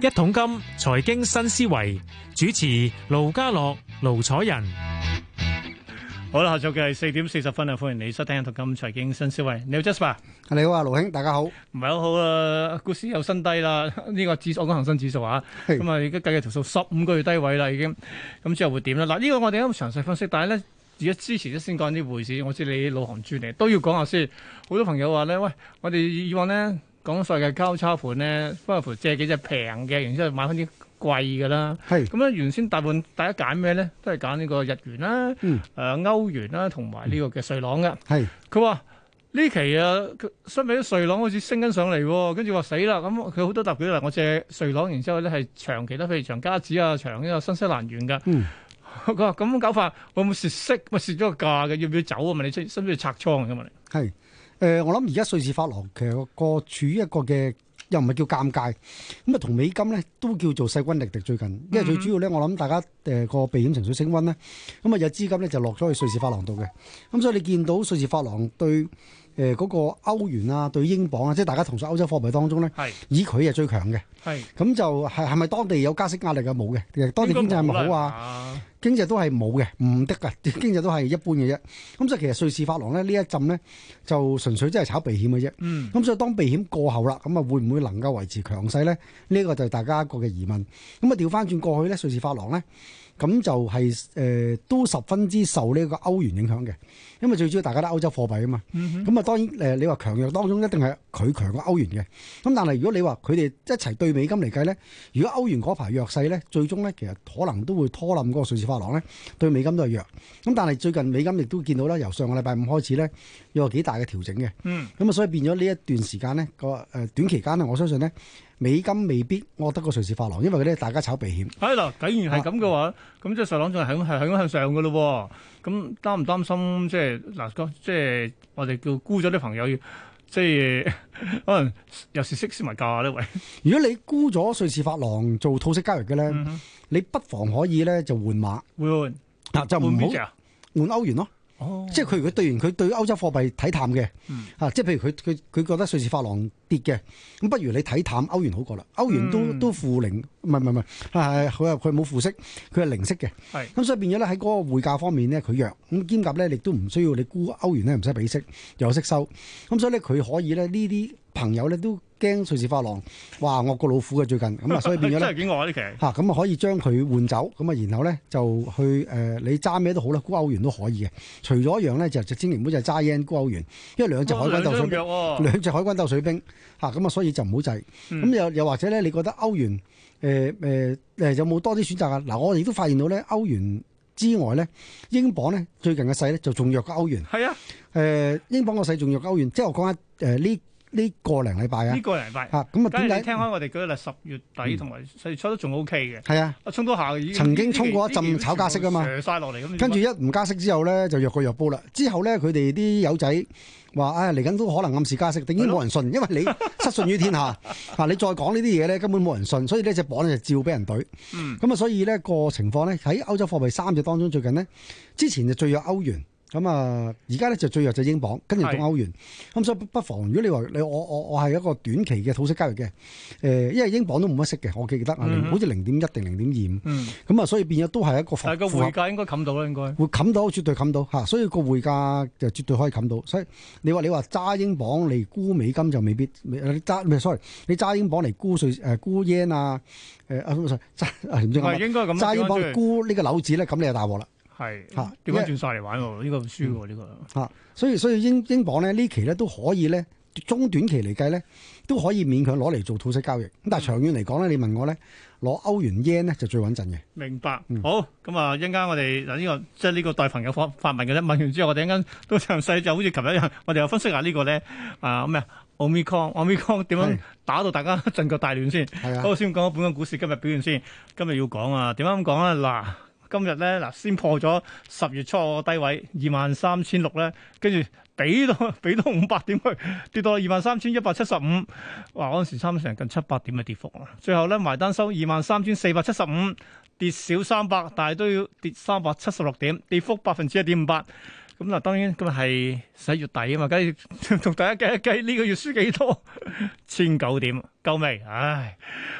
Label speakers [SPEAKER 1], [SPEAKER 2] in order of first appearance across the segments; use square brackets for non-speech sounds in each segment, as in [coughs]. [SPEAKER 1] 一桶金財經新思維主持盧家樂、盧楚仁，
[SPEAKER 2] 好啦，下晝嘅係四點四十分啊！歡迎你收聽《同金財經新思維》，你好 Jasper，
[SPEAKER 3] 你好啊，盧兄，大家好。
[SPEAKER 2] 唔係好好啊，股市又新低啦， [laughs] 呢、個指數我講恒生指數啊，
[SPEAKER 3] 係
[SPEAKER 2] 咁啊而家計嘅條數十五個月低位啦已經，咁之後會點咧？嗱，呢個我哋都詳細分析，但係咧。而家之前都先講啲匯市，我知你老行專嚟，都要講下先。好多朋友話咧，喂，我哋以往咧講所謂嘅交叉盤咧，不乎借幾隻平嘅，然之後買翻啲貴嘅啦。
[SPEAKER 3] 係
[SPEAKER 2] 咁咧，原先大半大家揀咩咧？都係揀呢個日元啦、誒、
[SPEAKER 3] 嗯
[SPEAKER 2] 歐元啦，同埋呢個嘅瑞郎嘅。
[SPEAKER 3] 係
[SPEAKER 2] 佢話呢期啊，佢相比啲瑞郎好似升緊上嚟喎，跟住話死啦。咁佢好多特舉例，我借瑞郎，然之後咧係長期啦，譬如長加紙啊、長呢個新西蘭元㗎。
[SPEAKER 3] 嗯
[SPEAKER 2] 佢話咁搞法會唔會蝕息？咪蝕咗個價嘅，要唔要走啊？問你需需唔需要拆倉嘅問你？
[SPEAKER 3] 係。誒、我諗而家瑞士法郎其實個處於一個嘅又唔係叫尷尬，咁啊同美金咧都叫做勢均力敵最近，因為最主要咧，我諗大家誒個避險情緒升温咧，咁啊有資金咧就落咗去瑞士法郎度嘅，咁所以你見到瑞士法郎對誒嗰個歐元啊，對英鎊啊，即係大家同屬歐洲貨幣當中咧，
[SPEAKER 2] 係
[SPEAKER 3] 以佢係最強嘅。
[SPEAKER 2] 係。
[SPEAKER 3] 咁就係係咪當地有加息壓力嘅啊冇嘅？其實當地經濟係咪好啊？
[SPEAKER 2] 啊？
[SPEAKER 3] 經濟都係冇嘅，唔得噶， [laughs] 經濟都係一般嘅啫。咁所以其實瑞士法郎咧呢一陣咧就純粹真係炒避險嘅啫。
[SPEAKER 2] 嗯，
[SPEAKER 3] 咁所以當避險過後啦，咁啊會唔會能夠維持強勢咧？呢、個就係大家一個嘅疑問。咁啊調翻轉過去咧，瑞士法郎咧，咁就係、誒、都十分之受呢個歐元影響嘅，因為最主要大家都歐洲貨幣啊嘛。
[SPEAKER 2] 嗯
[SPEAKER 3] 咁啊當然誒、你話強弱當中一定係佢強過歐元嘅。咁但係如果你話佢哋一齊對美金嚟計咧，如果歐元嗰排弱勢咧，最終咧其實可能都會拖冧嗰個瑞士法郎咧，對美金都係弱。咁但係最近美金亦都見到啦，由上個禮拜五開始咧，有個幾大嘅調整嘅。
[SPEAKER 2] 嗯
[SPEAKER 3] 咁啊，所以變咗呢一段時間咧，個誒、呃短期間咧，我相信咧，美金未必惡得過瑞士法郎，因為佢咧大家炒避險。
[SPEAKER 2] 係嗱，既然係咁嘅話，咁即係瑞朗仲係響係響向上嘅咯喎。咁擔唔擔心即係嗱，即係我哋叫沽咗啲朋友要即係 [laughs] 可能有時息先埋價呢喂。
[SPEAKER 3] 如果你沽咗瑞士法郎做套息交易嘅咧，
[SPEAKER 2] 嗯哼
[SPEAKER 3] 你不妨可以咧就換馬，
[SPEAKER 2] 會換
[SPEAKER 3] 啊就
[SPEAKER 2] 換
[SPEAKER 3] 唔
[SPEAKER 2] 邊
[SPEAKER 3] 好
[SPEAKER 2] 隻啊？
[SPEAKER 3] 換歐元咯。
[SPEAKER 2] 哦，
[SPEAKER 3] 即係佢佢對完佢對歐洲貨幣睇淡嘅，
[SPEAKER 2] 嗯
[SPEAKER 3] 啊，即係譬如佢佢佢覺得瑞士法郎跌嘅，咁不如你睇淡歐元好過啦。歐元都、
[SPEAKER 2] 嗯
[SPEAKER 3] 都負零，唔係唔係唔係，係佢話佢冇負息，佢係零息嘅。
[SPEAKER 2] 係
[SPEAKER 3] 咁所以變咗咧喺嗰個匯價方面咧，佢弱，咁兼夾咧亦都唔需要你沽歐元咧，唔使俾息，有息收。咁所以咧佢可以咧呢啲朋友咧都驚瑞士法郎，哇惡過老虎嘅最近，咁啊所以變咗咧
[SPEAKER 2] 真。係幾惡呢期？
[SPEAKER 3] 嚇咁啊可以將佢換走，咁啊然後咧就去誒、呃你揸咩都好啦，沽歐元都可以嘅。除咗一樣咧就就千祈唔好就係揸 yen 沽歐元，因為兩隻海
[SPEAKER 2] 哇
[SPEAKER 3] 軍鬥
[SPEAKER 2] 啊
[SPEAKER 3] 水
[SPEAKER 2] 兩隻
[SPEAKER 3] 兵，
[SPEAKER 2] 都弱喎。
[SPEAKER 3] 兩隻海軍鬥水兵嚇咁啊，所以就唔好制。咁、
[SPEAKER 2] 嗯
[SPEAKER 3] 又又或者咧，你覺得歐元誒誒誒有冇多啲選擇啊？嗱，我亦都發現到咧歐元。之外咧，英鎊咧最近嘅勢咧就仲弱過歐元。誒、
[SPEAKER 2] 係啊，
[SPEAKER 3] 英鎊個勢仲弱過歐元，即係我講緊誒呢呢個零禮拜啊
[SPEAKER 2] 呢，個禮拜。
[SPEAKER 3] 嚇咁啊
[SPEAKER 2] 梗
[SPEAKER 3] 點
[SPEAKER 2] 係你
[SPEAKER 3] 解
[SPEAKER 2] 聽開我哋舉例，十月底同埋四月初都仲 O K 嘅，
[SPEAKER 3] 係啊？
[SPEAKER 2] 啊衝到下嘅已經
[SPEAKER 3] 曾經衝過一陣
[SPEAKER 2] 呢期呢期
[SPEAKER 3] 炒價息啊嘛
[SPEAKER 2] 全部瀉曬落嚟咁。
[SPEAKER 3] 跟住一唔加息之後咧，就弱過弱煲啦。之後咧，佢哋啲友仔話：，唉、嚟緊都可能暗示加息，已經冇人信，因為你 [laughs] 失信於天下。啊，你再講呢啲嘢咧，根本冇人信，所以呢只榜咧就照俾人懟。
[SPEAKER 2] 嗯
[SPEAKER 3] 咁啊，所以咧個情況咧喺歐洲貨幣三隻當中，最近呢，之前就最弱歐元，咁啊而家咧就最弱就英鎊，跟住到
[SPEAKER 2] 係
[SPEAKER 3] 歐元。咁所以不不妨，如果你話你我我我係一個短期嘅套息交易嘅，誒、因為英鎊都冇乜息嘅，我記得啊，零
[SPEAKER 2] 嗯
[SPEAKER 3] 好似零點一定零點
[SPEAKER 2] 嗯，
[SPEAKER 3] 二五，咁啊，所以變咗都係一個符
[SPEAKER 2] 但係個
[SPEAKER 3] 符合
[SPEAKER 2] 匯價應該冚到啦，應該。
[SPEAKER 3] 會冚到，絕對冚到嚇，所以個匯價就絕對可以冚到。所以你話你話揸英鎊嚟沽美金就未必，你揸唔係 sorry，你揸英鎊嚟沽瑞誒沽 yen 啊誒啊 [laughs] 唔 sorry，揸啊唔知
[SPEAKER 2] 唔係
[SPEAKER 3] 講乜
[SPEAKER 2] 應該咁
[SPEAKER 3] 揸英
[SPEAKER 2] 調
[SPEAKER 3] 鎊嚟
[SPEAKER 2] 翻轉
[SPEAKER 3] 沽呢個樓指咧，咁你就大鑊啦
[SPEAKER 2] 係
[SPEAKER 3] 嚇
[SPEAKER 2] 調翻轉晒嚟玩喎，呢個輸喎呢個。
[SPEAKER 3] 嚇。所以所以英英鎊咧呢期咧都可以咧，中短期嚟計咧都可以勉強攞嚟做套息交易。咁但係長遠嚟講咧，你問我咧攞歐元 yen 咧就最穩陣嘅。
[SPEAKER 2] 明白
[SPEAKER 3] 嗯，
[SPEAKER 2] 好咁啊！一陣間我哋嗱呢個即係呢個代朋友發發問嘅啫，問完之後我哋一陣間都詳細就好似琴日一樣，我哋又分析下呢個咧啊咩啊，Omicron，Omicron 點樣
[SPEAKER 3] 係
[SPEAKER 2] 打到大家 [laughs] 陣腳大亂先。
[SPEAKER 3] 係啊
[SPEAKER 2] 好，，先講本港股市今日表現先。今日要講啊，點解咁講啊？嗱，今日咧嗱，先破咗十月初個低位二萬三千六咧，跟住俾多 [laughs] 俾多五百點去，跌到二萬三千一百七十五。哇！嗰陣時差唔多成近七百點嘅跌幅啊。最後咧埋單收二萬三千四百七十五，跌少三百，但係都要跌三百七十六點，跌幅百分之一點五八。咁嗱，當然今日 [laughs] 係十一月底啊嘛，梗係同大家計一計呢個月輸幾多，千九點，夠未？唉，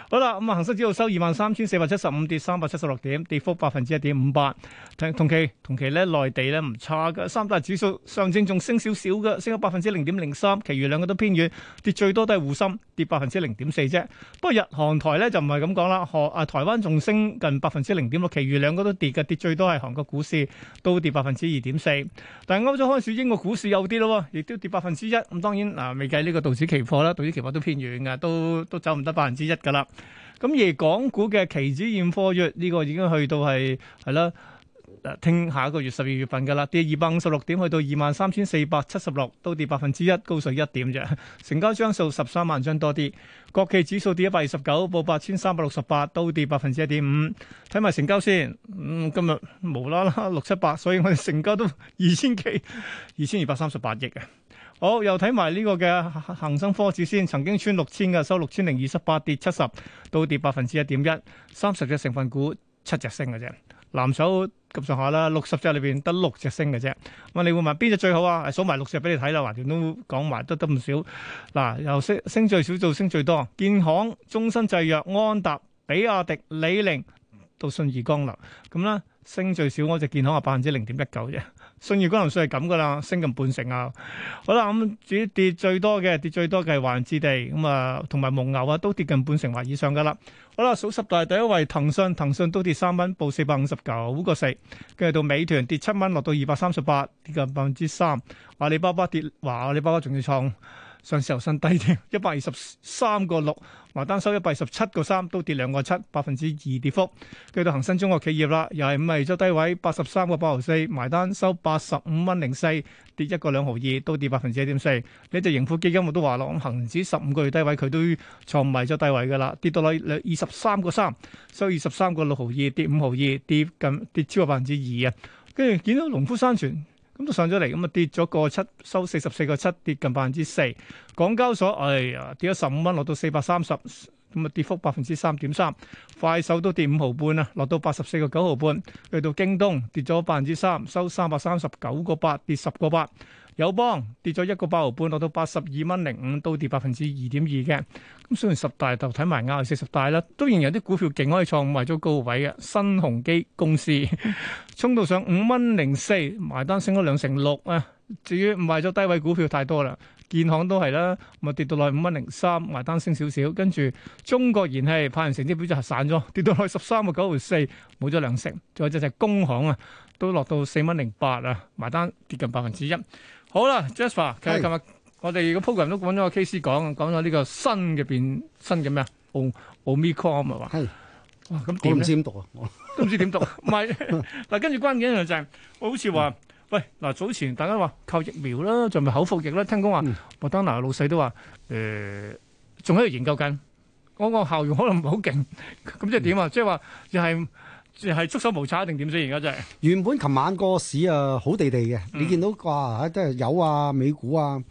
[SPEAKER 2] 好啦，咁啊，恒生指數收二萬三千四百七十五，跌三百七十六點，跌幅百分之一點五八。同同期同期咧，內地咧唔差嘅，三大指數上證仲升少少嘅，升咗百分之零點零三，其餘兩個都偏軟，跌最多都係滬深，跌百分之零點四啫。不過日韓台咧就唔係咁講啦，韓啊台灣仲升近百分之零點六，其餘兩個都跌嘅，跌最多係韓國股市都跌百分之二點四。但係歐洲開市，英國股市有啲咯，亦都跌百分之一。咁當然嗱，未計呢個道指期貨啦，道指期貨都偏軟嘅，都都走唔得百分之一㗎啦。咁而港股嘅期指現貨月呢、個已經去到係係啦。嗱，聽下一個月十二月份㗎啦，跌二百五十六點，去到二萬三千四百七十六，都跌百分之一，高水一點啫。 [laughs] 成交張數十三萬張多啲。國企指數跌一百二十九，報八千三百六十八，都跌百分之一點五。睇埋成交先，嗯，今日無啦啦 [laughs] 六七百，所以我哋成交都二千幾，二千二百三十八億嘅。好，又睇埋呢個嘅恒生科指先，曾經穿六千嘅，收六千零二十八，跌七十，都跌百分之一點一。三十隻成分股，七隻升嘅啫。藍籌咁上下啦，六十隻裏邊得六隻升嘅啫。咁你會問邊隻最好啊？數埋六隻俾你睇啦，橫掂都講埋都得唔少。嗱，由升升最少到升最多，建行、中生製藥、安踏、比亞迪、李寧到信義光能。咁啦，升最少嗰隻建行係百分之零點一九啫。信義光能算係咁噶啦，升近半成啊。好啦，咁至於跌最多嘅，跌最多嘅係華潤置地咁啊，同埋蒙牛啊，都跌近半成或以上噶啦。好啦，數十大第一位騰訊，騰訊都跌三蚊，報四百五十九個四。跟住到美團跌七蚊，落到二百三十八，跌近百分之三。阿里巴巴跌，哇！阿里巴巴仲要創上市由新低添， [laughs] 一百二十三個六，埋單收一百二十七個三，都跌兩個七，百分之二跌幅。跟住到恒生中國企業啦，又係五日周低位八十三個八毫四，埋單收八十五蚊零四，跌一個兩毫二，都跌百分之一點四。呢隻盈富基金我都話咯，咁恒指十五個月低位佢都創五日周低位㗎啦，跌到落二十三個三，收二十三個六毫二，跌五毫二，跌近跌超過百分之二啊。跟住見到農夫山泉。咁都上咗嚟，咁啊跌咗個七，收四十四個七，跌近百分之四。港交所哎呀跌咗十五蚊，落到四百三十，咁啊跌幅百分之三點三。快手都跌五毫半啊，落到八十四個九毫半。去到京東跌咗百分之三，收三百三十九個八，跌十個八。友邦跌咗一個八毫半，落到八十二蚊零五，都跌百分之二點二嘅。咁雖然十大就睇埋亞四十大啦，都仍然有啲股票勁可以創埋咗高位嘅。新鴻基公司衝到上五蚊零四，埋單升咗兩成六啊！至於賣咗低位股票太多啦，建行都係啦，咪跌到落五蚊零三，埋單升少少，跟住中國燃氣派完成績表就係散咗， [laughs] 跌到落十三個九毫四，冇咗兩成。仲有隻隻工行啊，都落到四蚊零八啊，埋單跌近百分之一。好啦，Jasper，其實
[SPEAKER 3] 係
[SPEAKER 2] 琴日我哋個 program 都揾咗個 case 講，講咗呢個新嘅變新嘅咩啊？奧奧 m i c r o n 啊嘛，
[SPEAKER 3] 係
[SPEAKER 2] 哇咁
[SPEAKER 3] 我
[SPEAKER 2] 點
[SPEAKER 3] 唔
[SPEAKER 2] 咧？
[SPEAKER 3] 知點讀啊，我
[SPEAKER 2] 都唔知
[SPEAKER 3] [laughs]
[SPEAKER 2] 點讀。唔係嗱，跟住關鍵一樣就係、我好似
[SPEAKER 3] 嗯
[SPEAKER 2] 話，喂嗱，早前大家話靠疫苗啦，仲咪口服液啦，聽講話
[SPEAKER 3] 嗯
[SPEAKER 2] 莫丹娜老細都話，誒、仲喺度研究緊，嗰、個效用可能唔係好勁， [laughs] 咁即係
[SPEAKER 3] 嗯
[SPEAKER 2] 點啊？即係話又係又係束手無策定點先？而家真係
[SPEAKER 3] 原本琴晚個市啊好地地嘅，
[SPEAKER 2] 嗯
[SPEAKER 3] 你見到哇，都係有啊美股啊、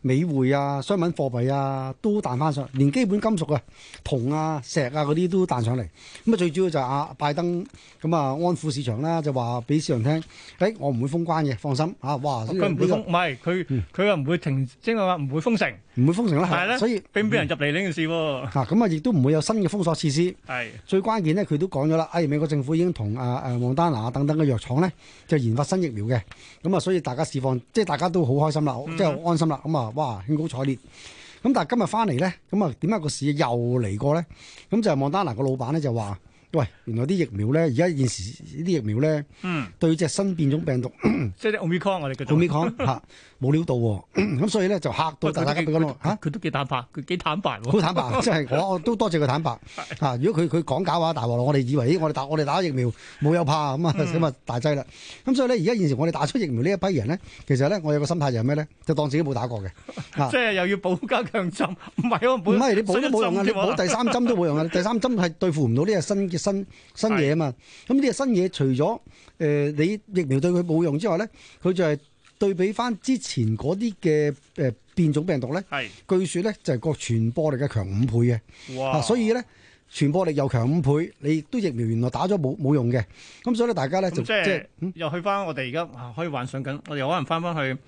[SPEAKER 3] 美匯啊、商品貨幣啊都彈翻上，連基本金屬啊、銅啊、石啊嗰啲都彈上嚟。咁啊最主要就係阿拜登咁啊安撫市場啦，就話俾市場聽，誒、哎我唔會封關嘅，放心啊！哇，呢個
[SPEAKER 2] 哦
[SPEAKER 3] 嗯
[SPEAKER 2] 佢唔會封，
[SPEAKER 3] 呢
[SPEAKER 2] 唔係佢佢話唔會停，即係話唔會封城，
[SPEAKER 3] 個唔會封城啦，
[SPEAKER 2] 但係咧
[SPEAKER 3] 係所以
[SPEAKER 2] 俾唔俾人入嚟呢件事喎？
[SPEAKER 3] 啊咁啊，亦都唔會有新嘅封鎖設施。
[SPEAKER 2] 係
[SPEAKER 3] 最關鍵咧，佢都講咗啦，誒、哎美國政府已經同啊誒蒙丹拿等等嘅藥廠咧，就研發新疫苗嘅，咁啊，所以大家釋放，即係大家都好開心
[SPEAKER 2] 嗯
[SPEAKER 3] 啦，即係好安心啦，咁啊，哇，興高采烈。咁但係今日翻嚟咧，咁啊，點解個市又嚟過咧？咁就係蒙丹拿個老闆咧就話：，喂，原來啲疫苗咧，而家現時呢啲疫苗咧，
[SPEAKER 2] 嗯，
[SPEAKER 3] 對隻新變種病毒 [coughs]
[SPEAKER 2] 即係 Omicron 我哋叫做
[SPEAKER 3] o m i c r 嚇冇料到喎，咁所以咧就嚇到
[SPEAKER 2] 喂
[SPEAKER 3] 大家
[SPEAKER 2] 佢
[SPEAKER 3] 咁
[SPEAKER 2] 都幾
[SPEAKER 3] 樣咯嚇。
[SPEAKER 2] 佢佢都幾坦白，佢幾坦白喎。
[SPEAKER 3] 好坦白，啊即係我我都多謝佢坦白嚇、啊如果佢佢講假話大鑊啦，我哋以為咦我哋打我哋打疫苗冇有怕咁啊，咁啊大劑啦。咁所以咧，而家現時我哋打出疫苗呢一批人咧，其實咧我有個心態就係咩咧，就當自己冇打過嘅嚇
[SPEAKER 2] 即。係又要保加強針，唔係我
[SPEAKER 3] 啊唔係你補都冇用啊！你補
[SPEAKER 2] 冇
[SPEAKER 3] 第三針都冇用啊！第三針係對付唔到呢個新嘅新新嘢啊嘛。咁呢個新嘢除咗誒、呃你疫苗對佢冇用之外咧，佢就係對比翻之前嗰啲嘅誒變種病毒咧，
[SPEAKER 2] 係
[SPEAKER 3] 據說咧就係個傳播力嘅強五倍嘅。啊，
[SPEAKER 2] 哇，
[SPEAKER 3] 所以咧傳播力又強五倍，你亦都疫苗原來打咗冇冇用嘅，咁所以咧大家咧
[SPEAKER 2] 咁
[SPEAKER 3] 就
[SPEAKER 2] 即
[SPEAKER 3] 即係嗯
[SPEAKER 2] 係又去翻我哋而家啊可以幻想緊，我哋可能翻翻去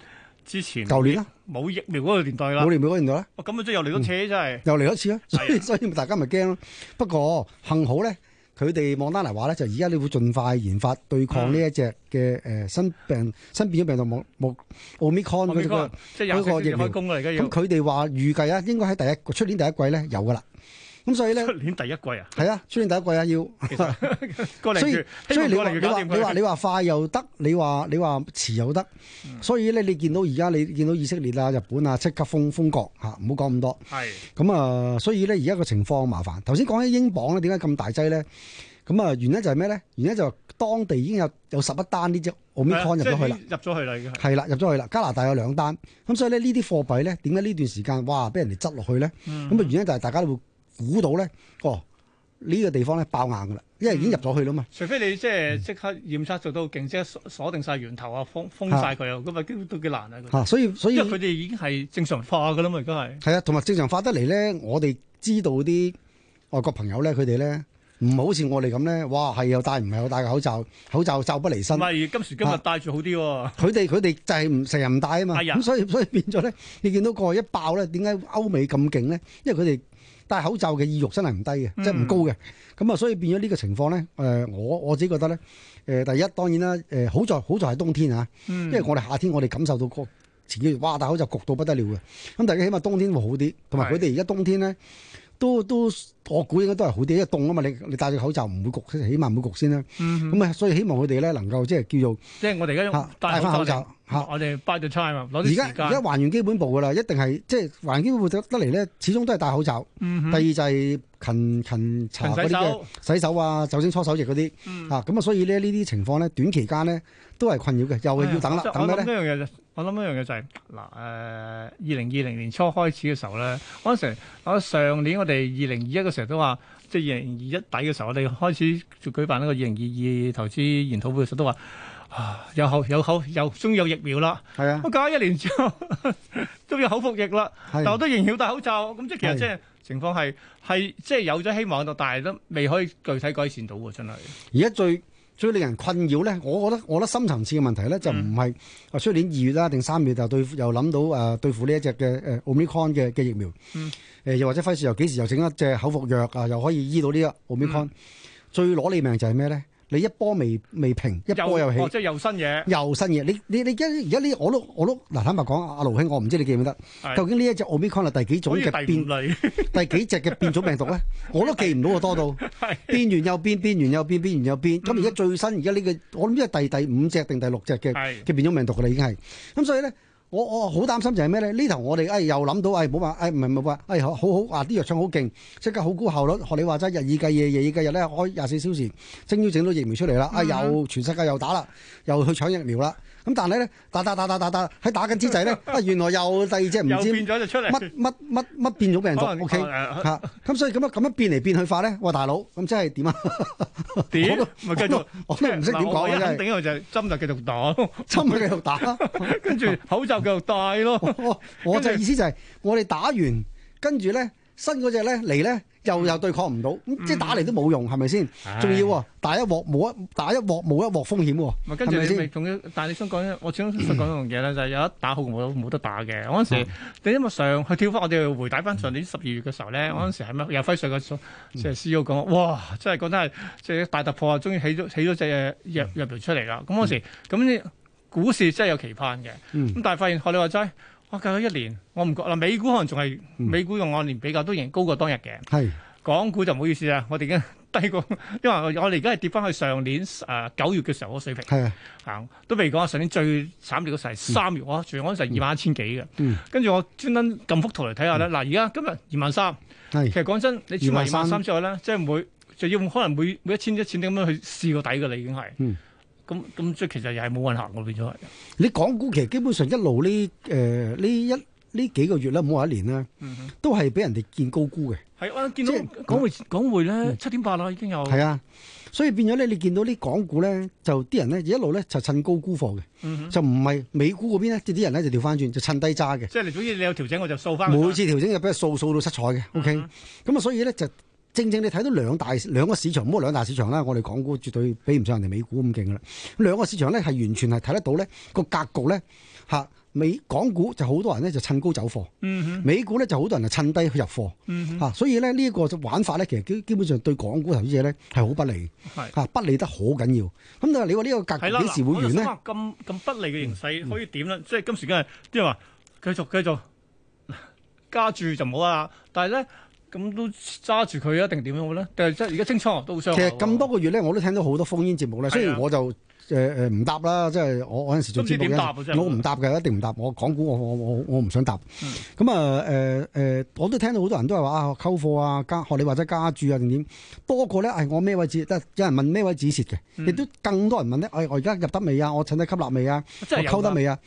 [SPEAKER 2] 之前
[SPEAKER 3] 舊年啦，
[SPEAKER 2] 冇疫苗嗰個年代啦
[SPEAKER 3] 冇，嗯年尾嗰年度啦，
[SPEAKER 2] 哇咁啊真係又嚟到扯真係，
[SPEAKER 3] 又嚟一次啦，
[SPEAKER 2] 係啊
[SPEAKER 3] 所以 [laughs] 所以大家咪驚咯。不過幸好咧，佢哋望丹嚟話咧，就而家你會盡快研發對
[SPEAKER 2] 嗯
[SPEAKER 3] 抗呢一隻嘅誒新病新變種病毒冇冇 omicron
[SPEAKER 2] 我
[SPEAKER 3] 嗰
[SPEAKER 2] 美
[SPEAKER 3] 只
[SPEAKER 2] 國即係啊廿
[SPEAKER 3] 嗰個
[SPEAKER 2] 四
[SPEAKER 3] 疫
[SPEAKER 2] 先
[SPEAKER 3] 苗
[SPEAKER 2] 開工啦，而家要
[SPEAKER 3] 咁佢哋話預計啊，應該喺第一出年第一季咧有噶啦。咁所以咧
[SPEAKER 2] 出，年第一季啊，
[SPEAKER 3] 係啊，出年第一季啊要。
[SPEAKER 2] 其實個
[SPEAKER 3] 所
[SPEAKER 2] 零
[SPEAKER 3] 以
[SPEAKER 2] 月，希
[SPEAKER 3] 所以
[SPEAKER 2] 望
[SPEAKER 3] 你
[SPEAKER 2] 個
[SPEAKER 3] 話
[SPEAKER 2] 零月
[SPEAKER 3] 你
[SPEAKER 2] 搞
[SPEAKER 3] 話
[SPEAKER 2] 掂佢。
[SPEAKER 3] 你話你話快又得，你話你話遲又得，
[SPEAKER 2] 嗯
[SPEAKER 3] 所以咧你見到而家你見到以色列啊、日本啊即刻封封國嚇，唔好講咁多。
[SPEAKER 2] 係
[SPEAKER 3] 咁啊，所以咧而家個情況麻煩。頭先講起英鎊咧，點解咁大劑咧？咁啊，原因就係咩咧？原因就係當地已經有有十一單呢只
[SPEAKER 2] 啊
[SPEAKER 3] Omicron 入咗去啦。
[SPEAKER 2] 入咗去啦已經係。
[SPEAKER 3] 係啦，入咗去啦。加拿大有兩單，咁所以咧呢啲貨幣咧，點解呢段時間哇俾人哋執落去咧？
[SPEAKER 2] 嗯
[SPEAKER 3] 咁啊、原因就係大家都會估到咧，哦呢、個地方咧爆硬噶啦，因為已經入咗去啦嘛。
[SPEAKER 2] 除非你即
[SPEAKER 3] 嗯
[SPEAKER 2] 係即刻驗測做到好勁，即係鎖鎖定晒源頭啊，封封晒佢啊，咁啊都都幾難啊！嗰啲
[SPEAKER 3] 嚇、所以所以
[SPEAKER 2] 因為佢哋已經係正常化噶啦嘛，而家係
[SPEAKER 3] 係啊，同埋正常化得嚟咧，我哋知道啲外國朋友咧，佢哋咧唔好似我哋咁咧，哇係又戴唔係又戴個口罩，口罩罩不離
[SPEAKER 2] 唔
[SPEAKER 3] 身。
[SPEAKER 2] 係今時今日
[SPEAKER 3] 啊
[SPEAKER 2] 戴住好啲喎。
[SPEAKER 3] 佢哋佢哋就係唔成日唔戴啊嘛，
[SPEAKER 2] 哎呀
[SPEAKER 3] 咁、所以所以變咗咧，你見到個一爆咧，點解歐美咁勁咧？因為佢哋戴口罩嘅意欲真係唔低嘅，
[SPEAKER 2] 嗯
[SPEAKER 3] 即係唔高嘅。咁啊，所以變咗呢個情況咧，誒、我我自己覺得咧，誒、第一當然啦，誒、好在好在係冬天啊，
[SPEAKER 2] 嗯
[SPEAKER 3] 因為我哋夏天我哋感受到個前幾月哇戴口罩焗到不得了嘅，咁但係起碼冬天會好啲，同埋佢哋而家冬天咧。都都，我估應該都係好啲，因為凍啊嘛，你你戴住口罩唔會焗，起碼唔會焗先啦。
[SPEAKER 2] 嗯
[SPEAKER 3] 咁啊、所以希望佢哋咧能夠即係叫做
[SPEAKER 2] 即係我哋而家
[SPEAKER 3] 嚇啊戴
[SPEAKER 2] 戴
[SPEAKER 3] 翻
[SPEAKER 2] 口
[SPEAKER 3] 口
[SPEAKER 2] 罩
[SPEAKER 3] 罩
[SPEAKER 2] 嚟
[SPEAKER 3] 嚇，
[SPEAKER 2] 我哋 by the time 啊，攞啲
[SPEAKER 3] 而
[SPEAKER 2] 時
[SPEAKER 3] 家而家
[SPEAKER 2] 間。
[SPEAKER 3] 還原基本步噶啦，一定係即係還原基本步得得嚟咧，始終都係戴口罩。第二就係勤勤查
[SPEAKER 2] 嗯勤洗
[SPEAKER 3] 嗰啲嘅
[SPEAKER 2] 手嗯
[SPEAKER 3] 洗手啊、酒精搓手液嗰啲啊，咁啊，所以咧呢啲情況咧，短期間咧都係困擾嘅，又係要等啦
[SPEAKER 2] 哎，呀
[SPEAKER 3] 等咩
[SPEAKER 2] 我諗
[SPEAKER 3] 咧？
[SPEAKER 2] 一樣嘢就，我諗一樣嘢就係嗱誒，二零二零年初開始嘅時候咧，嗰陣時我上年我哋二零二一嘅時候都話，即係二零二一底嘅時候，我哋開始舉辦呢個二零二二投資研討會嘅時候都話。啊！有口有口有，終於有疫苗啦！
[SPEAKER 3] 係啊
[SPEAKER 2] 我，隔咗一年之後， [laughs] 都有口服液啦，但我
[SPEAKER 3] 係
[SPEAKER 2] 都仍然要戴口罩。咁即係其實
[SPEAKER 3] 係
[SPEAKER 2] 即係情況係係即係有咗希望喺度，但係都未可以具體改善到喎，真係。
[SPEAKER 3] 而家最最令人困擾咧，我覺得我覺得深層次嘅問題咧，就
[SPEAKER 2] 嗯
[SPEAKER 3] 唔係話出年二月啦定三月就對付又諗到誒對付呢一隻嘅誒 Omicron 嘅嘅疫苗，
[SPEAKER 2] 嗯
[SPEAKER 3] 誒又或者費事又幾時又整一隻口服藥啊，又可以醫到呢個 Omicron。最
[SPEAKER 2] 嗯
[SPEAKER 3] 攞你命就係咩咧？你一波未未平，一波又起
[SPEAKER 2] 哦，即係又新嘢。
[SPEAKER 3] 又新嘢。你你你而家而家呢？我都我都嗱坦白講，阿盧兄，我唔知你記唔記得，
[SPEAKER 2] 係
[SPEAKER 3] 究竟呢一隻 Omicron 係第幾種
[SPEAKER 2] 好似
[SPEAKER 3] 嘅
[SPEAKER 2] 第五 [laughs]
[SPEAKER 3] 變
[SPEAKER 2] 類，
[SPEAKER 3] 第幾隻嘅變種病毒咧？我都記唔到啊，多到。
[SPEAKER 2] 係
[SPEAKER 3] 變完又變，變完又變，變完又變。咁而家最新，而家呢個我諗呢係第第五隻定第六隻嘅
[SPEAKER 2] 係
[SPEAKER 3] 嘅變種病毒㗎啦，已經係。咁所以咧，我我好擔心就係咩咧？呢頭我哋誒又諗到，誒冇話，誒唔係唔係話，誒好好啊啲藥廠好勁，即刻好高效率。學你話齋，日以繼夜，夜以繼日咧，開廿四小時，終於整到疫苗出嚟啦！啊又全世界又打啦，又去搶疫苗啦。咁但係咧，打打打打打打喺打緊之際咧，啊原來又第二隻唔
[SPEAKER 2] 又
[SPEAKER 3] 知
[SPEAKER 2] 變咗就出嚟。
[SPEAKER 3] 乜乜乜乜變咗病毒
[SPEAKER 2] 可能
[SPEAKER 3] ，OK
[SPEAKER 2] 誒
[SPEAKER 3] 嚇，咁所以咁樣咁樣變嚟變去法咧，哇大佬，咁即係點啊？
[SPEAKER 2] 點咪繼續？
[SPEAKER 3] 我都 [laughs] 我都唔識點講啊
[SPEAKER 2] 我一
[SPEAKER 3] 真係
[SPEAKER 2] 肯定一樣就係針就繼續打，
[SPEAKER 3] 針咪繼續打。
[SPEAKER 2] 跟住口罩繼續戴咯。
[SPEAKER 3] 我
[SPEAKER 2] [laughs]
[SPEAKER 3] 我就意思就係、我哋打完，跟住咧新嗰只咧嚟咧又又對抗唔到，咁即係打嚟都冇用，係咪先
[SPEAKER 2] 嗯唉？
[SPEAKER 3] 仲要喎，打一鑊冇一打一鑊冇一鑊風險喎，
[SPEAKER 2] 咪跟
[SPEAKER 3] 係
[SPEAKER 2] 住
[SPEAKER 3] 咪
[SPEAKER 2] 你咪
[SPEAKER 3] 先？
[SPEAKER 2] 仲要，但係你想講，我始終想講一樣嘢
[SPEAKER 3] [clears throat]
[SPEAKER 2] 咧，就係有得打好過冇冇得打嘅。我嗰陣時
[SPEAKER 3] 嗯，
[SPEAKER 2] 你因為上去跳翻，我哋回帶翻上年十二月嘅時候
[SPEAKER 3] 嗯
[SPEAKER 2] 咧，我嗰陣時係咪又輝瑞個所即係 CEO 講，哇！真係覺得係即係大突破啊，終於起咗起咗隻
[SPEAKER 3] 嗯
[SPEAKER 2] 藥藥苗出嚟啦。咁嗰時咁你股市真係有期盼嘅，
[SPEAKER 3] 嗯
[SPEAKER 2] 咁但係發現學你話齋，哇！隔咗一年，我唔覺嗱，美股可能仲係
[SPEAKER 3] 嗯
[SPEAKER 2] 美股用按年比較都仍然高過當日嘅。
[SPEAKER 3] 係
[SPEAKER 2] 港股就唔好意思啦，我哋已經低過， [laughs] 因為我哋而家係跌翻去上年誒九、月嘅時候嗰個水平。
[SPEAKER 3] 係啊，
[SPEAKER 2] 行都未講啊！上年最慘烈嗰時係三月，哇！全港成二萬一千幾嘅
[SPEAKER 3] 嗯，
[SPEAKER 2] 跟住我專登撳幅圖嚟睇下咧。嗱，而家今日二萬三，其
[SPEAKER 3] 係
[SPEAKER 2] 實講真，你穿嗯埋二萬
[SPEAKER 3] 23
[SPEAKER 2] 三之後咧，即係每就要可能每每一千一千啲咁樣去試個底嘅啦，已經係。
[SPEAKER 3] 嗯
[SPEAKER 2] 咁咁即係其實又係冇運行嘅變咗係。
[SPEAKER 3] 你港股其實基本上一路呢誒呢一呢幾個月啦，唔好話一年啦，
[SPEAKER 2] 嗯
[SPEAKER 3] 都係俾人哋見高估嘅。
[SPEAKER 2] 係我見到嗯
[SPEAKER 3] 即係
[SPEAKER 2] 港匯港匯咧七點八啦，已經有。
[SPEAKER 3] 係啊，所以變咗咧，你見到啲港股咧，就啲人咧一路咧就趁高沽貨嘅，
[SPEAKER 2] 嗯
[SPEAKER 3] 就唔係美股嗰邊咧，即係啲人咧就調翻轉，就趁低揸嘅。
[SPEAKER 2] 即係你總之你有調整我就掃翻。
[SPEAKER 3] 每次調整就俾佢掃掃到七彩嘅，OK。咁啊，
[SPEAKER 2] 嗯
[SPEAKER 3] 所以咧就正正你睇到兩大兩個市場，唔好話兩大市場啦，我哋港股絕對比唔上人哋美股咁勁噶啦。兩個市場咧係完全係睇得到咧個格局咧嚇。美港股就好多人咧就趁高走貨，
[SPEAKER 2] 嗯哼，
[SPEAKER 3] 美股咧就好多人就趁低去入貨。
[SPEAKER 2] 嗯
[SPEAKER 3] 啊，所以咧呢一個玩法咧，其實基基本上對港股投資者咧係好不利，
[SPEAKER 2] 嗯哼，係。
[SPEAKER 3] 嚇、啊不利得好緊要。咁但係你話呢嗯個格
[SPEAKER 2] 係
[SPEAKER 3] 局
[SPEAKER 2] 啦，
[SPEAKER 3] 啊幾時會完咧？
[SPEAKER 2] 嗱我就想話咁咁不利嘅形勢可以點咧？即係今時今日，啲人話繼續繼續 [laughs] 加住就唔好啦。但係咧，咁都揸住佢一啊定點樣好咧？定係即係而家清倉都好傷。
[SPEAKER 3] 其實咁多，個月咧，我都聽到好多烽煙節目咧。雖然我就誒誒唔答啦，即係我我嗰陣時做節
[SPEAKER 2] 啊都
[SPEAKER 3] 目
[SPEAKER 2] 唔知點答啊
[SPEAKER 3] 嗰
[SPEAKER 2] 真係
[SPEAKER 3] 陣，我唔答嘅，一定唔答。我港股我我我我唔想答
[SPEAKER 2] 嗯。
[SPEAKER 3] 咁啊誒誒，我都聽到好多人都係話啊溝貨啊加學你或者加注啊定點多過咧係我咩位置得有人問咩位止蝕
[SPEAKER 2] 嗯
[SPEAKER 3] 嘅，亦都更多人問咧，哎我而家入得未啊？我趁低吸納未啊？
[SPEAKER 2] 真係
[SPEAKER 3] 我
[SPEAKER 2] 有㗎
[SPEAKER 3] 溝得？未啊？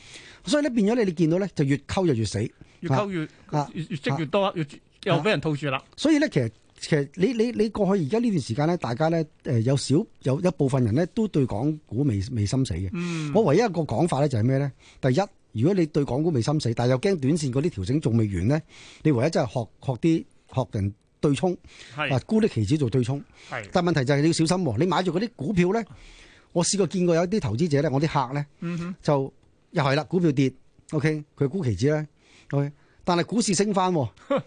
[SPEAKER 3] 所以咧變咗你你見到咧就越溝就越死。
[SPEAKER 2] 越溝越
[SPEAKER 3] 啊
[SPEAKER 2] 越越積越多，越又俾人套住啦。
[SPEAKER 3] 所以咧，其實其實你你你過去而家呢段時間咧，大家咧誒、呃有少有一部分人咧都對港股未未心死嘅。
[SPEAKER 2] 嗯，
[SPEAKER 3] 我唯一一個講法咧就係咩咧？第一，如果你對港股未心死，但係又驚短線嗰啲調整仲未完咧，你唯一就係學學啲學人對沖，啊
[SPEAKER 2] 係
[SPEAKER 3] 沽啲期指做對沖。
[SPEAKER 2] 係，
[SPEAKER 3] 但係問題就係你要小心喎，你買咗嗰啲股票咧，我試過見過有啲投資者咧，我啲客咧。
[SPEAKER 2] 嗯哼，
[SPEAKER 3] 就又係啦，股票跌，OK，佢沽期指咧，OK，但係股市升翻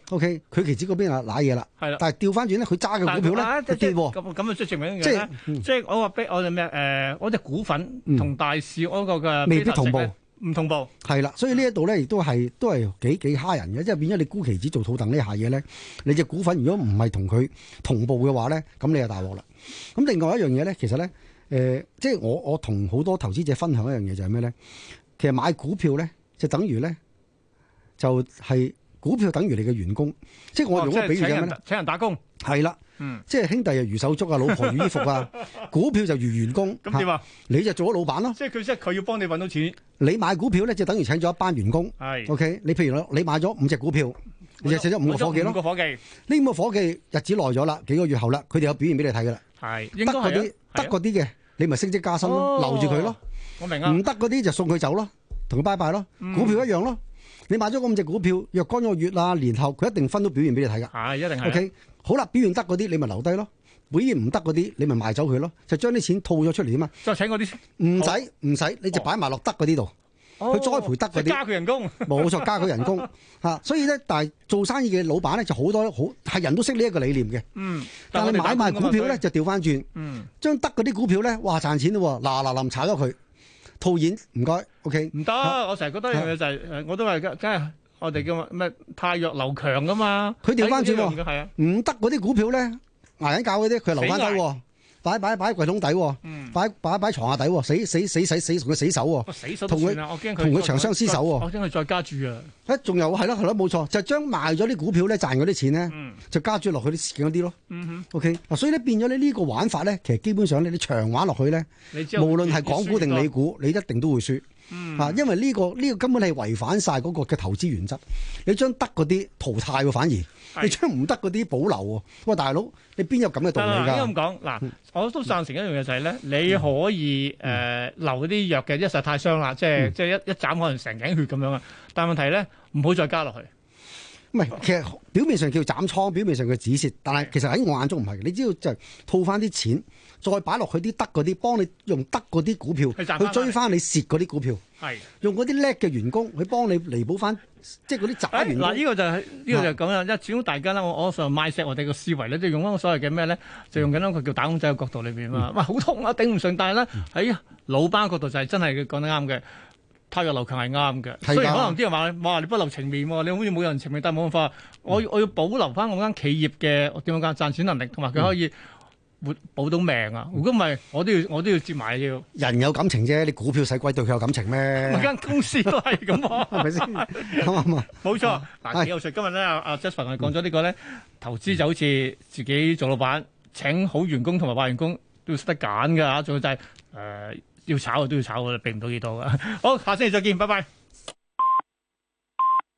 [SPEAKER 3] ，OK，佢期指嗰邊啊揦嘢啦，
[SPEAKER 2] 係啦。
[SPEAKER 3] 但係調翻轉咧，佢揸嘅股票
[SPEAKER 2] 但係啊
[SPEAKER 3] 咧就
[SPEAKER 2] 即
[SPEAKER 3] 跌喎，
[SPEAKER 2] 咁咁啊，即係證明一樣
[SPEAKER 3] 即
[SPEAKER 2] 嘢
[SPEAKER 3] 係
[SPEAKER 2] 咧。
[SPEAKER 3] 嗯
[SPEAKER 2] 即係我話俾我哋咩誒，我隻股份
[SPEAKER 3] 嗯
[SPEAKER 2] 同大市嗰個嘅
[SPEAKER 3] 未必
[SPEAKER 2] beta
[SPEAKER 3] 同步
[SPEAKER 2] 值咧，唔同步。
[SPEAKER 3] 係啦，所以呢一度咧亦都係都係幾幾蝦人嘅，即係變咗你沽期指做套凳呢下嘢咧，你只股份如果唔係同佢同步嘅話咧，咁你就大鑊啦。咁另外一樣嘢咧，其實咧，誒、即係我我同好多投資者分享一樣嘢就係咩咧？其實買股票咧就等於咧就係、股票等於你嘅員工，即係我用
[SPEAKER 2] 哦
[SPEAKER 3] 一
[SPEAKER 2] 即
[SPEAKER 3] 個
[SPEAKER 2] 係
[SPEAKER 3] 比喻
[SPEAKER 2] 請
[SPEAKER 3] 就係咩
[SPEAKER 2] 人
[SPEAKER 3] 咧？
[SPEAKER 2] 打請人打工。
[SPEAKER 3] 係啦，
[SPEAKER 2] 嗯，
[SPEAKER 3] 即係兄弟又如手足啊，老婆如衣服
[SPEAKER 2] [laughs]
[SPEAKER 3] 啊，股票就如員工，
[SPEAKER 2] 咁點
[SPEAKER 3] 嚇
[SPEAKER 2] 啊？
[SPEAKER 3] 你就做咗老闆咯。
[SPEAKER 2] 即係佢即係佢要幫你揾到錢，
[SPEAKER 3] 你買股票咧就等於請咗一班員工。
[SPEAKER 2] 係
[SPEAKER 3] OK，你譬如你買咗五隻股票，你就寫咗五個伙計
[SPEAKER 2] 五個
[SPEAKER 3] 咯。
[SPEAKER 2] 伙計
[SPEAKER 3] 呢五個伙計日子耐咗啦，幾個月後啦，佢哋有表現俾你睇噶啦。
[SPEAKER 2] 係
[SPEAKER 3] 得
[SPEAKER 2] 應該
[SPEAKER 3] 嗰
[SPEAKER 2] 係
[SPEAKER 3] 啲
[SPEAKER 2] 啊
[SPEAKER 3] 得
[SPEAKER 2] 係啊
[SPEAKER 3] 嗰啲嘅，你咪升職加薪咯，
[SPEAKER 2] 哦
[SPEAKER 3] 留住佢咯。
[SPEAKER 2] 我明啊
[SPEAKER 3] 唔，得嗰啲就送佢走咯，同佢拜拜咯。
[SPEAKER 2] 嗯
[SPEAKER 3] 股票一樣咯，你買咗嗰五隻股票，若干個月啊，年後佢一定分到表現俾你睇噶。
[SPEAKER 2] 係一定係啊
[SPEAKER 3] OK，好啦，表現得嗰啲你咪留低咯，表現唔得嗰啲你咪賣走佢咯，就將啲錢套咗出嚟啊嘛。
[SPEAKER 2] 再請嗰啲
[SPEAKER 3] 唔使唔使，你就擺埋落得嗰啲度。佢栽培得嗰啲
[SPEAKER 2] 即係加佢人工，
[SPEAKER 3] 冇錯，加佢人
[SPEAKER 2] [laughs]
[SPEAKER 3] 工嚇、啊所以咧，但係做生意嘅老闆咧就好多好係人都識呢一個理念嘅。
[SPEAKER 2] 嗯，
[SPEAKER 3] 但係
[SPEAKER 2] 我哋打工㗎
[SPEAKER 3] 買賣
[SPEAKER 2] 嘛
[SPEAKER 3] 股票咧，
[SPEAKER 2] 所以
[SPEAKER 3] 就調翻轉，
[SPEAKER 2] 嗯，
[SPEAKER 3] 將得嗰啲股票咧，哇賺錢咯喎，嗱嗱臨炒咗佢，套現唔該，OK，
[SPEAKER 2] 唔得，我成日覺得一樣嘢就係誒我都係梗係我哋叫咩太弱留強噶嘛，
[SPEAKER 3] 佢調翻轉喎
[SPEAKER 2] 係啊，
[SPEAKER 3] 唔得嗰啲股票咧捱緊搞嗰啲，佢留翻低喎，擺擺擺喺櫃桶底喎，
[SPEAKER 2] 嗯，
[SPEAKER 3] 擺擺擺床下底喎，死死死死死同佢死守喎。
[SPEAKER 2] 我死守
[SPEAKER 3] 同佢
[SPEAKER 2] 佢，我驚佢
[SPEAKER 3] 同佢長相廝守喎
[SPEAKER 2] 我驚佢再加注啊，
[SPEAKER 3] 誒，仲有係咯係咯，冇錯，就將賣咗啲股票咧賺嗰啲錢咧，
[SPEAKER 2] 嗯
[SPEAKER 3] 就加注落去啲事件嗰啲咯。
[SPEAKER 2] 嗯哼，
[SPEAKER 3] OK，嗱，所以咧變咗咧呢個玩法咧，其實基本上咧你長玩落去咧。
[SPEAKER 2] 你知道
[SPEAKER 3] 無論係港股定
[SPEAKER 2] 越輸
[SPEAKER 3] 美
[SPEAKER 2] 越多，
[SPEAKER 3] 股，你一定都會輸
[SPEAKER 2] 嗯
[SPEAKER 3] 嚇、啊因為呢、個呢、個根本係違反晒嗰個嘅投資原則。你將得嗰啲淘汰喎，反而你將唔得嗰啲保留喎。喂，大佬，你邊有咁嘅道
[SPEAKER 2] 得
[SPEAKER 3] 理
[SPEAKER 2] 啦應
[SPEAKER 3] 㗎？嗯
[SPEAKER 2] 該咁講嗱，我都贊成一樣嘢就係咧，你可以誒留嗰啲藥嘅，一實太傷啦，即
[SPEAKER 3] 嗯
[SPEAKER 2] 係即係一一斬可能成頸血咁樣啊。但係問題咧，唔好再加落去。
[SPEAKER 3] 唔係，其實表面上叫斬倉，表面上叫止蝕，但係其實喺我眼中唔係嘅。你只要就係套翻啲錢，再擺落去啲得嗰啲，幫你用得嗰啲股票
[SPEAKER 2] 去賺返
[SPEAKER 3] 去追翻你蝕嗰啲股票，
[SPEAKER 2] 係，
[SPEAKER 3] 用嗰啲叻嘅員工去幫你彌補翻，即係嗰啲渣
[SPEAKER 2] 哎嗱，
[SPEAKER 3] 員工
[SPEAKER 2] 呢。個就係呢
[SPEAKER 3] 啊
[SPEAKER 2] 個就係咁啦，因為始終大家咧，我我上賣石我哋嘅思維咧，都用緊所謂嘅咩咧，就用緊一個叫打工仔嘅角度裏邊
[SPEAKER 3] 嗯
[SPEAKER 2] 啊，哇，好痛啊，頂唔順，但係咧喺老班角度就係真係講得啱嘅。太弱留強係啱嘅，
[SPEAKER 3] 係㗎
[SPEAKER 2] 雖然可能啲人話哇你不留情面喎，你好似冇人情面，但係冇辦法，我
[SPEAKER 3] 嗯
[SPEAKER 2] 要我要保留翻我間企業嘅我點樣講賺錢能力，同埋
[SPEAKER 3] 嗯
[SPEAKER 2] 佢可以活保到命啊！如果唔係，我都要我都要接埋要，
[SPEAKER 3] 人有感情啫，你股票使鬼對佢有感情咩？
[SPEAKER 2] [laughs] 我間公司都係咁啊喎。
[SPEAKER 3] 係咪先？啱唔啱啊？
[SPEAKER 2] 冇錯，嗱
[SPEAKER 3] 係
[SPEAKER 2] 幾有趣。今日咧，阿阿 Jasper 同你講咗呢個咧，投資就好似自己做老闆，請好員工同埋壞員工都要識得呃揀㗎嚇。仲有就係誒要炒嘅都要炒㗎啦，避唔到幾多㗎。好，下星期再見，拜拜。